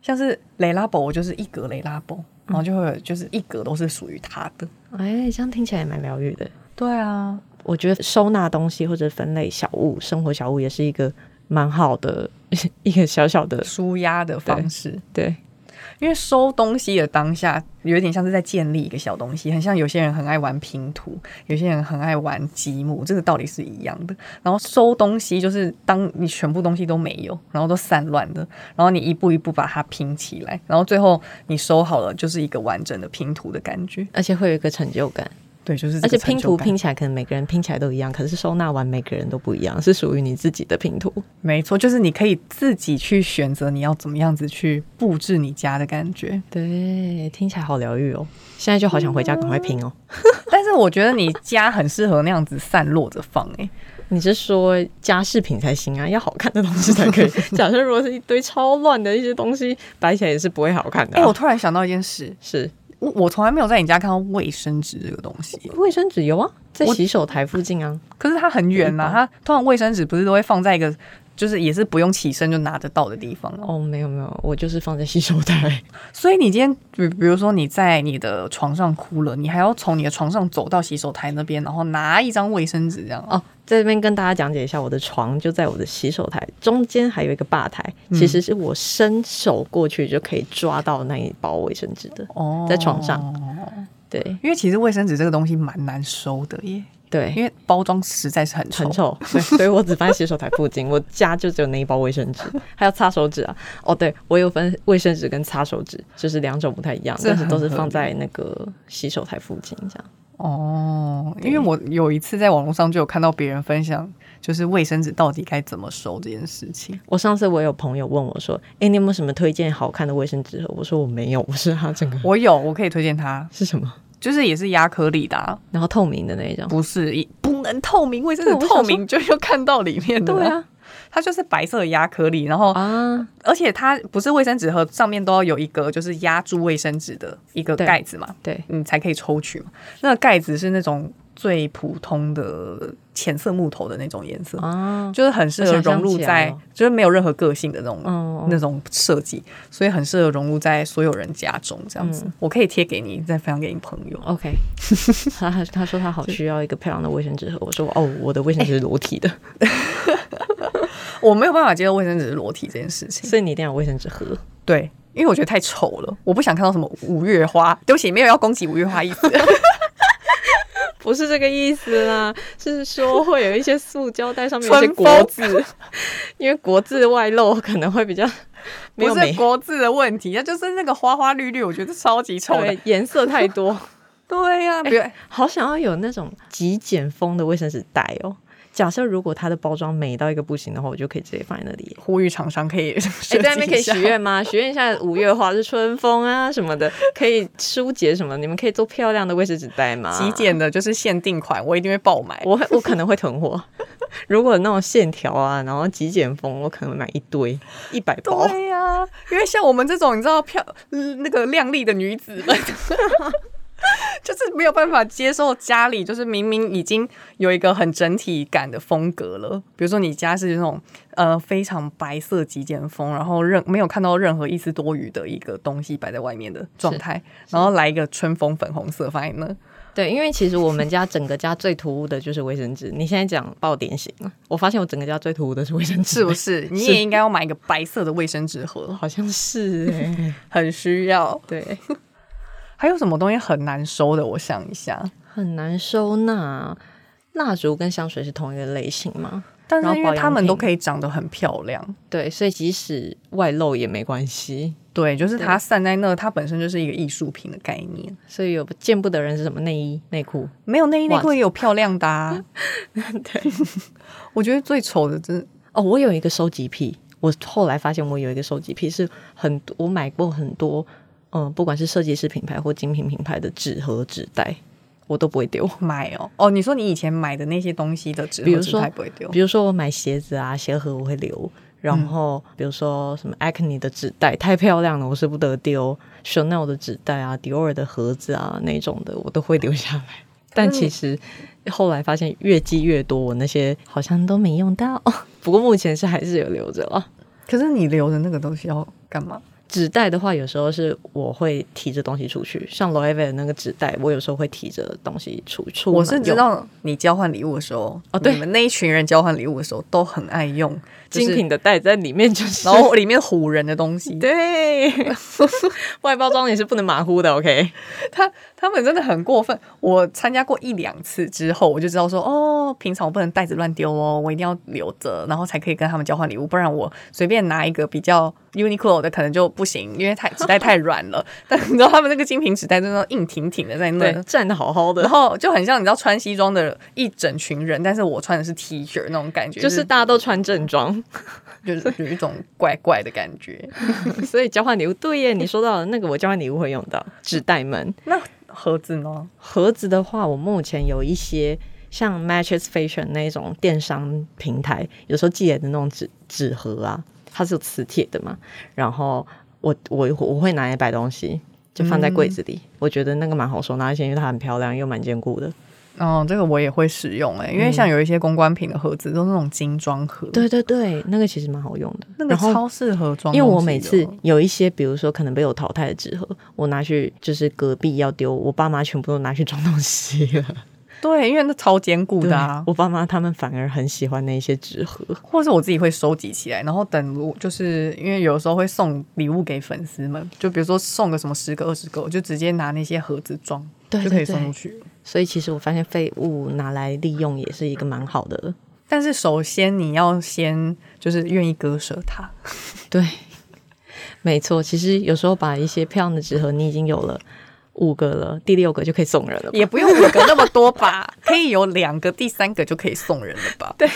[SPEAKER 3] 像是雷拉伯，我就是一格雷拉伯，然后就会有就是一格都是属于它的。
[SPEAKER 2] 哎，这样听起来也蛮疗愈的。
[SPEAKER 3] 对啊，
[SPEAKER 2] 我觉得收纳东西或者分类小物、生活小物也是一个蛮好的 <laughs> 一个小小的
[SPEAKER 3] 舒压的方式。
[SPEAKER 2] 对。
[SPEAKER 3] 因为收东西的当下，有点像是在建立一个小东西，很像有些人很爱玩拼图，有些人很爱玩积木，这个道理是一样的。然后收东西就是当你全部东西都没有，然后都散乱的，然后你一步一步把它拼起来，然后最后你收好了，就是一个完整的拼图的感觉。
[SPEAKER 2] 而且会有一个成就感，
[SPEAKER 3] 对，就是这
[SPEAKER 2] 而且
[SPEAKER 3] 个成
[SPEAKER 2] 拼
[SPEAKER 3] 就
[SPEAKER 2] 图
[SPEAKER 3] 感
[SPEAKER 2] 拼起来可能每个人拼起来都一样，可是收纳完每个人都不一样，是属于你自己的拼图。
[SPEAKER 3] 没错，就是你可以自己去选择你要怎么样子去布置你家的感觉。
[SPEAKER 2] 对，听起来好疗愈哦！现在就好想回家赶快拼哦。
[SPEAKER 3] 但是我觉得你家很适合那样子散落着放、欸，
[SPEAKER 2] 你是说家饰品才行啊？要好看的东西才 <laughs> 可以。假设如果是一堆超乱的一些东西，摆起来也是不会好看的、
[SPEAKER 3] 哎、
[SPEAKER 2] 啊。
[SPEAKER 3] 我突然想到一件事，
[SPEAKER 2] 是
[SPEAKER 3] 我我从来没有在你家看到卫生纸这个东西，
[SPEAKER 2] 卫生纸有啊，在
[SPEAKER 3] 我
[SPEAKER 2] 洗手台附近啊。
[SPEAKER 3] 可是它很远呐、
[SPEAKER 2] 有一包
[SPEAKER 3] 它通常卫生纸不是都会放在一个，就是也是不用起身就拿得到的地方哦。
[SPEAKER 2] 哦，没有没有，我就是放在洗手台。
[SPEAKER 3] 所以你今天比比如说你在你的床上哭了，你还要从你的床上走到洗手台那边，然后拿一张卫生纸这样哦。
[SPEAKER 2] 哦，在这边跟大家讲解一下，我的床就在我的洗手台中间，还有一个吧台，其实是我伸手过去就可以抓到那一包卫生纸的。
[SPEAKER 3] 哦
[SPEAKER 2] 在床上，对
[SPEAKER 3] 因为其实卫生纸这个东西蛮难收的耶，
[SPEAKER 2] 对，
[SPEAKER 3] 因为包装实在是很丑。
[SPEAKER 2] 很丑，对，所以我只放在洗手台附近。我家就只有那一包卫生 <laughs> 纸，还有擦手纸啊。哦，对，我有分卫生纸跟擦手纸，就是两种不太一样，
[SPEAKER 3] 这
[SPEAKER 2] 但是
[SPEAKER 3] 很
[SPEAKER 2] 都是
[SPEAKER 3] 合
[SPEAKER 2] 放
[SPEAKER 3] 理
[SPEAKER 2] 在那个洗手台附近这样。
[SPEAKER 3] 哦，因为我有一次在网络上就有看到别人分享，就是卫生纸到底该怎么收这件事情。
[SPEAKER 2] 我上次我有朋友问我说：“哎，你有没有什么推荐好看的卫生纸盒？”我说我没有，我是他整个
[SPEAKER 3] <laughs> 我有，我可以推荐它，
[SPEAKER 2] 是什么，
[SPEAKER 3] 就是也是亚克力的、啊，
[SPEAKER 2] 然后透明的那一种。
[SPEAKER 3] 不是一不能透明，卫生
[SPEAKER 2] 哦对我
[SPEAKER 3] 纸
[SPEAKER 2] 想说
[SPEAKER 3] 透明就又看到里面的、
[SPEAKER 2] 对，啊，
[SPEAKER 3] 它就是白色的亚克力，然后、
[SPEAKER 2] 啊，
[SPEAKER 3] 而且它不是卫生纸盒上面都要有一个就是压住卫生纸的一个
[SPEAKER 2] 对
[SPEAKER 3] 盖子嘛，
[SPEAKER 2] 对，
[SPEAKER 3] 你才可以抽取嘛。那个盖子是那种最普通的浅色木头的那种颜色，
[SPEAKER 2] 啊，
[SPEAKER 3] 就是很适合融入
[SPEAKER 2] 我想象起来
[SPEAKER 3] 在
[SPEAKER 2] 了，
[SPEAKER 3] 就是没有任何个性的那种、
[SPEAKER 2] 嗯
[SPEAKER 3] 那种设计，所以很适合融入在所有人家中这样
[SPEAKER 2] 嗯
[SPEAKER 3] 子。我可以贴给你，再分享给你朋友。
[SPEAKER 2] <laughs> OK，他他说他好需要一个漂亮的卫生纸盒，我说哦，我的卫生纸是裸体的，
[SPEAKER 3] 我没有办法接受卫生纸裸体这件事
[SPEAKER 2] <laughs>
[SPEAKER 3] 情，
[SPEAKER 2] 所以你一定要有卫生纸盒。
[SPEAKER 3] 对，因为我觉得太丑了，我不想看到什么五月花。对不起，没有要攻击五月花意 <laughs> 思。
[SPEAKER 2] 不是这个意思啦，是说会有一些塑胶袋上面有一些
[SPEAKER 3] 春
[SPEAKER 2] 国
[SPEAKER 3] 风
[SPEAKER 2] 字， <laughs> 因为国字外露可能会比 <laughs> 较没有
[SPEAKER 3] 不是
[SPEAKER 2] 美，
[SPEAKER 3] 国字的问题，那就是那个花花绿绿，我觉得超级丑的
[SPEAKER 2] 对。，颜色 <laughs> 太多，
[SPEAKER 3] 对呀、不要
[SPEAKER 2] 好想要有那种极简风的卫生纸袋哦。假设如果它的包装美到一个不行的话，我就可以直接放在那里耶。
[SPEAKER 3] 呼吁厂商可以
[SPEAKER 2] <laughs> 哎，
[SPEAKER 3] 设计
[SPEAKER 2] 在那边可以
[SPEAKER 3] 一下
[SPEAKER 2] 许愿吗？ <laughs> 许愿一下五月花是春风啊什么的，可以疏解什么？你们可以做漂亮的卫生纸袋吗？
[SPEAKER 3] 极简的，就是限定款，我一定会爆买。
[SPEAKER 2] 我会我可能会囤货。 <laughs> 如果有那种线条啊，然后极简风，我可能会买一堆一百包。
[SPEAKER 3] <laughs> 对呀、因为像我们这种你知道漂呃那个靓丽的女子们， <laughs> 就是没有办法接受家里就是明明已经有一个很整体感的风格了，比如说你家是那种呃非常白色极简风，然后任没有看到任何一丝多余的一个东西摆在外面的状态，然后来一个春风粉红色放在那，
[SPEAKER 2] 对，因为其实我们家整个家最突兀的就是卫生纸。你现在讲爆点醒了，我发现我整个家最突兀的是卫生纸，
[SPEAKER 3] 是不是？你也应该要买一个白色的卫生纸
[SPEAKER 2] <laughs>
[SPEAKER 3] 盒，
[SPEAKER 2] 好像是哎、
[SPEAKER 3] 很需要。
[SPEAKER 2] 对，
[SPEAKER 3] 还有什么东西很难收的？我想一下。
[SPEAKER 2] <laughs> 很难收纳。蜡烛跟香水是同一个类型吗？
[SPEAKER 3] 但
[SPEAKER 2] 然
[SPEAKER 3] 是
[SPEAKER 2] 后
[SPEAKER 3] 因
[SPEAKER 2] 保
[SPEAKER 3] 为
[SPEAKER 2] 养
[SPEAKER 3] 他们都
[SPEAKER 2] 品
[SPEAKER 3] 可以长得很漂亮，
[SPEAKER 2] 对，所以即使外露也没关系。
[SPEAKER 3] 对，就是
[SPEAKER 2] 对
[SPEAKER 3] 它散在那，它本身就是一个艺术品的概念。
[SPEAKER 2] 所以有见不得人是什么内衣、内裤，
[SPEAKER 3] 没有内衣内
[SPEAKER 2] 袜
[SPEAKER 3] 裤也有漂亮的、啊，
[SPEAKER 2] <laughs> 对。
[SPEAKER 3] <laughs> 我觉得最丑的真
[SPEAKER 2] 哦，我有一个收集癖，我后来发现我有一个收集癖，是很多我买过很多，嗯、不管是设计师品牌或精品品牌的纸盒、纸袋，我都不会丢。
[SPEAKER 3] 买哦哦，你说你以前买的那些东西的纸
[SPEAKER 2] 比
[SPEAKER 3] 盒
[SPEAKER 2] 如
[SPEAKER 3] 纸
[SPEAKER 2] 说
[SPEAKER 3] 袋不会丢
[SPEAKER 2] 比如说我买鞋子啊，鞋盒我会留。然后，比如说什么 Acne 的纸袋太漂亮了，我舍不得丢。Chanel 的纸袋啊，Dior 的盒子啊那种的，我都会留下 <laughs> 来。但其实后来发现越积越多，我那些好像都没用到。 <laughs> 不过目前是还是有留着了。
[SPEAKER 3] 可是你留的那个东西要干嘛？
[SPEAKER 2] 纸袋的话，有时候是我会提着东西出去，像 l o e v e 那个纸袋，我有时候会提着东西出出门
[SPEAKER 3] 我是知
[SPEAKER 2] 用
[SPEAKER 3] 道你交换礼物的时候，
[SPEAKER 2] 哦对
[SPEAKER 3] 你们那一群人交换礼物的时候都很爱用，就是
[SPEAKER 2] 精品，的袋子在里面，就是
[SPEAKER 3] 然后里面唬人的东西，
[SPEAKER 2] <laughs> 对 <laughs> 外包装也是不能马虎的，OK？
[SPEAKER 3] 他他们真的很过分。我参加过一两次之后，我就知道说，哦，平常我不能袋子乱丢哦，我一定要留着，然后才可以跟他们交换礼物，不然我随便拿一个比较 Uniqlo 的可能就不行，因为太纸袋太软了。 <laughs> 但你知道他们那个精品纸袋真的硬挺挺的在那
[SPEAKER 2] 对，，站的好好
[SPEAKER 3] 然
[SPEAKER 2] 的，
[SPEAKER 3] 后就很像你知道穿西装的一整群人，但是我穿的是 T 恤那种感觉，
[SPEAKER 2] 就是大家都穿正装，
[SPEAKER 3] 就是 <laughs> 有一种怪怪的感觉。
[SPEAKER 2] <laughs> 所以交换礼物，对 <laughs> 耶，你说到了那个，我交换礼物会用到纸袋们。
[SPEAKER 3] 那盒子呢？
[SPEAKER 2] 盒子的话，我目前有一些像 Matches Fashion 那种电商平台，有时候寄来的那种纸纸盒啊，它是有磁铁的嘛，然后我我我会拿来摆东西。就放在柜子里，我觉得那个蛮好收纳，而且因为它很漂亮又蛮坚固的。
[SPEAKER 3] 哦，这个我也会使用哎、因为像有一些公关品的盒子都是那种精装盒，
[SPEAKER 2] 嗯对对对，那个其实蛮好用的。
[SPEAKER 3] 那个
[SPEAKER 2] 然后
[SPEAKER 3] 超适合装东西的哦，
[SPEAKER 2] 因为我每次有一些，比如说可能被我淘汰的纸盒，我拿去就是隔壁要丢，我爸妈全部都拿去装东西 <laughs> 了。
[SPEAKER 3] 对，因为那超坚固的啊，
[SPEAKER 2] 我爸妈他们反而很喜欢那一些纸盒。
[SPEAKER 3] 或者是我自己会收集起来，然后等如就是因为有时候会送礼物给粉丝们，就比如说送个什么十个二十个，我就直接拿那些盒子装，
[SPEAKER 2] 对
[SPEAKER 3] 就可以
[SPEAKER 2] 对对
[SPEAKER 3] 送出去。
[SPEAKER 2] 所以其实我发现废物拿来利用也是一个蛮好的。
[SPEAKER 3] 但是首先你要先就是愿意割舍它，
[SPEAKER 2] <laughs>
[SPEAKER 3] <laughs>
[SPEAKER 2] 对，没错。其实有时候把一些漂亮的纸盒，你已经有了五个了，第六个就可以送人了吧。
[SPEAKER 3] 也不用五个那么多吧， <laughs> 可以有两个、第三个就可以送人了吧？对，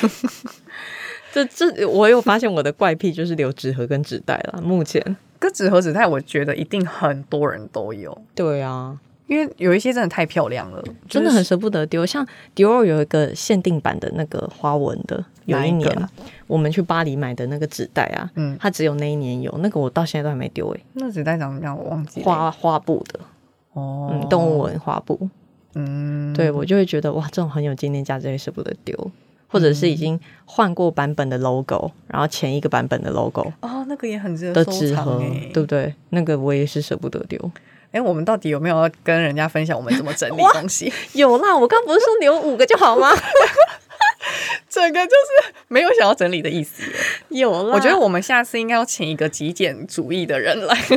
[SPEAKER 2] 这这，我有发现我的怪癖就是留纸盒跟纸袋了。目前，
[SPEAKER 3] 跟纸盒纸袋，我觉得一定很多人都有，
[SPEAKER 2] 对啊，
[SPEAKER 3] 因为有一些真的太漂亮了，
[SPEAKER 2] 真的很舍不得丢。像 Dior 有一个限定版的那个花纹的，有
[SPEAKER 3] 哪一
[SPEAKER 2] 一
[SPEAKER 3] 个
[SPEAKER 2] 年
[SPEAKER 3] 啊
[SPEAKER 2] 我们去巴黎买的那个纸袋啊，
[SPEAKER 3] 嗯
[SPEAKER 2] 它只有那一年有，那个我到现在都还没丢诶、欸
[SPEAKER 3] 那纸袋长什么样我忘记了
[SPEAKER 2] 花花布的，
[SPEAKER 3] 哦，
[SPEAKER 2] 嗯，动物纹花布，
[SPEAKER 3] 嗯，
[SPEAKER 2] 对我就会觉得哇，这种很有纪念价值，也舍不得丢。或者是已经换过版本的 logo，然后前一个版本的 logo
[SPEAKER 3] 哦，那个也很
[SPEAKER 2] 的
[SPEAKER 3] 值得
[SPEAKER 2] 纸
[SPEAKER 3] 收
[SPEAKER 2] 盒
[SPEAKER 3] 藏哎、，
[SPEAKER 2] 对不对？那个我也是舍不得丢。
[SPEAKER 3] 哎、我们到底有没有要跟人家分享我们怎么整理东西？ <laughs>
[SPEAKER 2] 有啦，我刚不是说留五个就好吗？
[SPEAKER 3] 整个就是没有想要整理的意思耶。
[SPEAKER 2] 有啦，
[SPEAKER 3] 我觉得我们下次应该要请一个极简主义的人来， <laughs>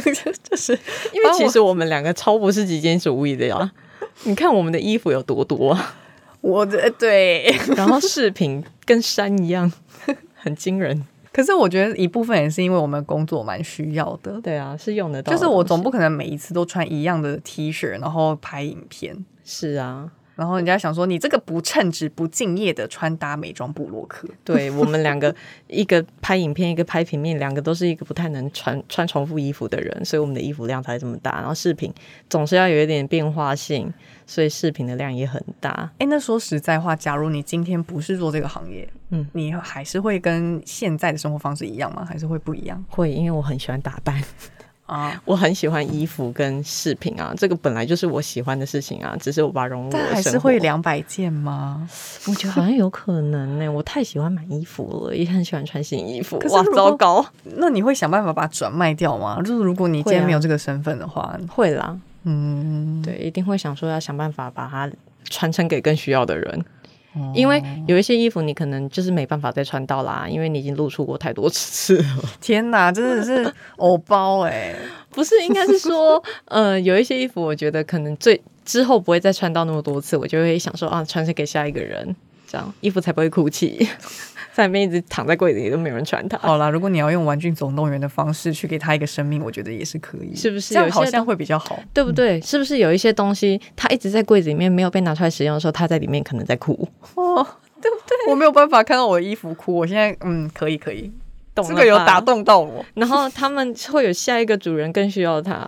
[SPEAKER 3] 就是
[SPEAKER 2] 因为
[SPEAKER 3] 帮我
[SPEAKER 2] 其实我们啊两个超不是极简主义的呀。 <laughs> 你看我们的衣服有多 <laughs> 多啊，
[SPEAKER 3] 我的对。 <laughs>
[SPEAKER 2] 然后饰品跟山一样， <laughs> 很惊人。
[SPEAKER 3] 可是我觉得一部分也是因为我们工作蛮需要的，
[SPEAKER 2] 对啊，是用得到的东
[SPEAKER 3] 就
[SPEAKER 2] 西。
[SPEAKER 3] 是我总不可能每一次都穿一样的 T 恤，然后拍影片。
[SPEAKER 2] 是啊，
[SPEAKER 3] 然后人家想说你这个不称职、不敬业的穿搭美妆部落客，
[SPEAKER 2] 对我们两 <laughs> 个，一个拍影片，一个拍平面，两个都是一个不太能穿穿重复衣服的人，所以我们的衣服量才这么大。然后饰品总是要有一点变化性，所以饰品的量也很大。
[SPEAKER 3] 哎，那说实在话，假如你今天不是做这个行业，
[SPEAKER 2] 嗯
[SPEAKER 3] 你还是会跟现在的生活方式一样吗？还是会不一样
[SPEAKER 2] 会，因为我很喜欢打扮， <laughs>
[SPEAKER 3] 啊？
[SPEAKER 2] 我很喜欢衣服跟饰品啊，这个本来就是我喜欢的事情啊，只是我把它融入我
[SPEAKER 3] 但
[SPEAKER 2] 的
[SPEAKER 3] 还是
[SPEAKER 2] 生活
[SPEAKER 3] 会两百件吗？
[SPEAKER 2] 我觉得好像有可能呢、我太喜欢买衣服了，也很喜欢穿新衣服
[SPEAKER 3] 可。是
[SPEAKER 2] 哇
[SPEAKER 3] 如，果
[SPEAKER 2] 糟糕！
[SPEAKER 3] 那你会想办法把它转卖掉吗？就是如果你今
[SPEAKER 2] 会
[SPEAKER 3] 天
[SPEAKER 2] 啊
[SPEAKER 3] 没有这个身份的话，
[SPEAKER 2] 会啦，
[SPEAKER 3] 嗯，
[SPEAKER 2] 对，一定会想说要想办法把它传承给更需要的人，
[SPEAKER 3] 哦
[SPEAKER 2] 因为有一些衣服你可能就是没办法再穿到啦，因为你已经露出过太多次了。
[SPEAKER 3] 天哪，真的是偶包哎、
[SPEAKER 2] <laughs> 不是，应该是说， <laughs> 呃，有一些衣服我觉得可能最之后不会再穿到那么多次，我就会想说啊，传承给下一个人，这样衣服才不会哭泣， <laughs> 在那边一直躺在柜子里都没有人穿它。
[SPEAKER 3] 好啦，如果你要用《玩具总动员》的方式去给他一个生命，我觉得也是可以，
[SPEAKER 2] 是不是
[SPEAKER 3] 这样
[SPEAKER 2] 有些
[SPEAKER 3] 好像
[SPEAKER 2] 东
[SPEAKER 3] 会比较
[SPEAKER 2] <laughs>
[SPEAKER 3] 好。
[SPEAKER 2] 对不对？是不是有一些东西，它一直在柜子里面没有被拿出来使用的时候，它在里面可能在哭，
[SPEAKER 3] 哦，对不对？我没有办法看到我的衣服哭，我现在嗯，可以可以，
[SPEAKER 2] 懂
[SPEAKER 3] 这个有打
[SPEAKER 2] 动。
[SPEAKER 3] 动到我
[SPEAKER 2] 然后他们会有下一个主人更需要
[SPEAKER 3] <laughs>
[SPEAKER 2] 它，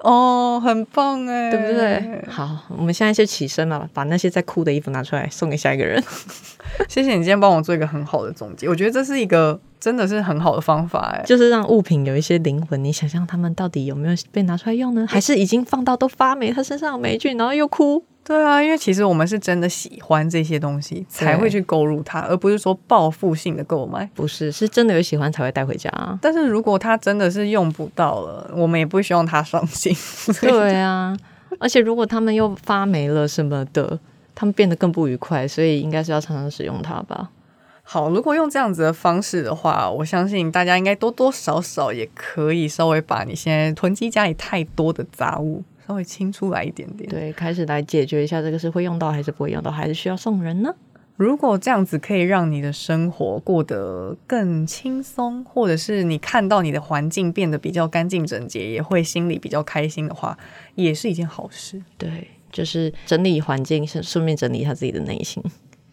[SPEAKER 3] 哦，很棒哎，
[SPEAKER 2] 对不对？？
[SPEAKER 3] <laughs>
[SPEAKER 2] 好，我们现在就起身了，把那些在哭的衣服拿出来送给下一个人。 <laughs>
[SPEAKER 3] 谢谢你今天帮我做一个很好的总结，我觉得这是一个真的是很好的方法哎。
[SPEAKER 2] 就是让物品有一些灵魂。你想象他们到底有没有被拿出来用呢？还是已经放到都发霉，它身上有霉菌，然后又哭？
[SPEAKER 3] 对啊，因为其实我们是真的喜欢这些东西，才会去购入它，而不是说报复性的购买。。
[SPEAKER 2] 不是，是真的有喜欢才会带回家、啊
[SPEAKER 3] <laughs> 但是如果它真的是用不到了，我们也不希望它伤心。 <laughs> 所以
[SPEAKER 2] 对啊，而且如果他们又发霉了什么的，他们变得更不愉快，所以应该是要常常使用它吧。
[SPEAKER 3] 好，如果用这样子的方式的话，我相信大家应该多多少少也可以稍微把你现在囤积家里太多的杂物稍微清出来一点点。
[SPEAKER 2] 对，开始来解决一下这个是会用到还是不会用到，还是需要送人呢？
[SPEAKER 3] 如果这样子可以让你的生活过得更轻松，或者是你看到你的环境变得比较干净整洁，也会心里比较开心的话，也是一件好事。
[SPEAKER 2] 对，就是整理环境，顺顺便整理一下自己的内心，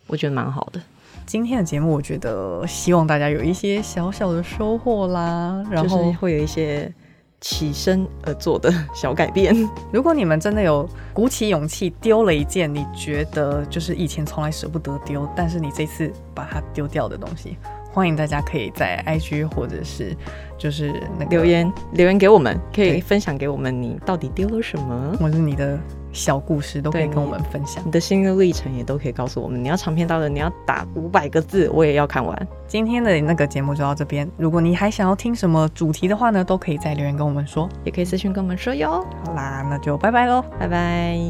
[SPEAKER 2] 我觉得蛮好的。
[SPEAKER 3] 今天的节目，我觉得希望大家有一些小小的收获啦。然
[SPEAKER 2] 就是
[SPEAKER 3] 后，
[SPEAKER 2] 会有一些起身而做的 <laughs> 小改变。
[SPEAKER 3] 如果你们真的有鼓起勇气丢了一件你觉得就是以前从来舍不得丢，但是你这次把它丢掉的东西，欢迎大家可以在 IG 或者是就是那个
[SPEAKER 2] 留。言留言给我们，可
[SPEAKER 3] 对
[SPEAKER 2] 以分享给我们你到底丢了什么，
[SPEAKER 3] 或是你的小故事，都可以
[SPEAKER 2] 对
[SPEAKER 3] 跟我们分享。
[SPEAKER 2] 你的心路历程也都可以告诉我们。你要长篇大论，你要打五百个字，我也要看完。
[SPEAKER 3] 今天的那个节目就到这边，如果你还想要听什么主题的话呢，都可以在留言跟我们说。
[SPEAKER 2] 也可以私信跟我们说哟。
[SPEAKER 3] 好啦，那就拜拜喽。
[SPEAKER 2] 拜拜。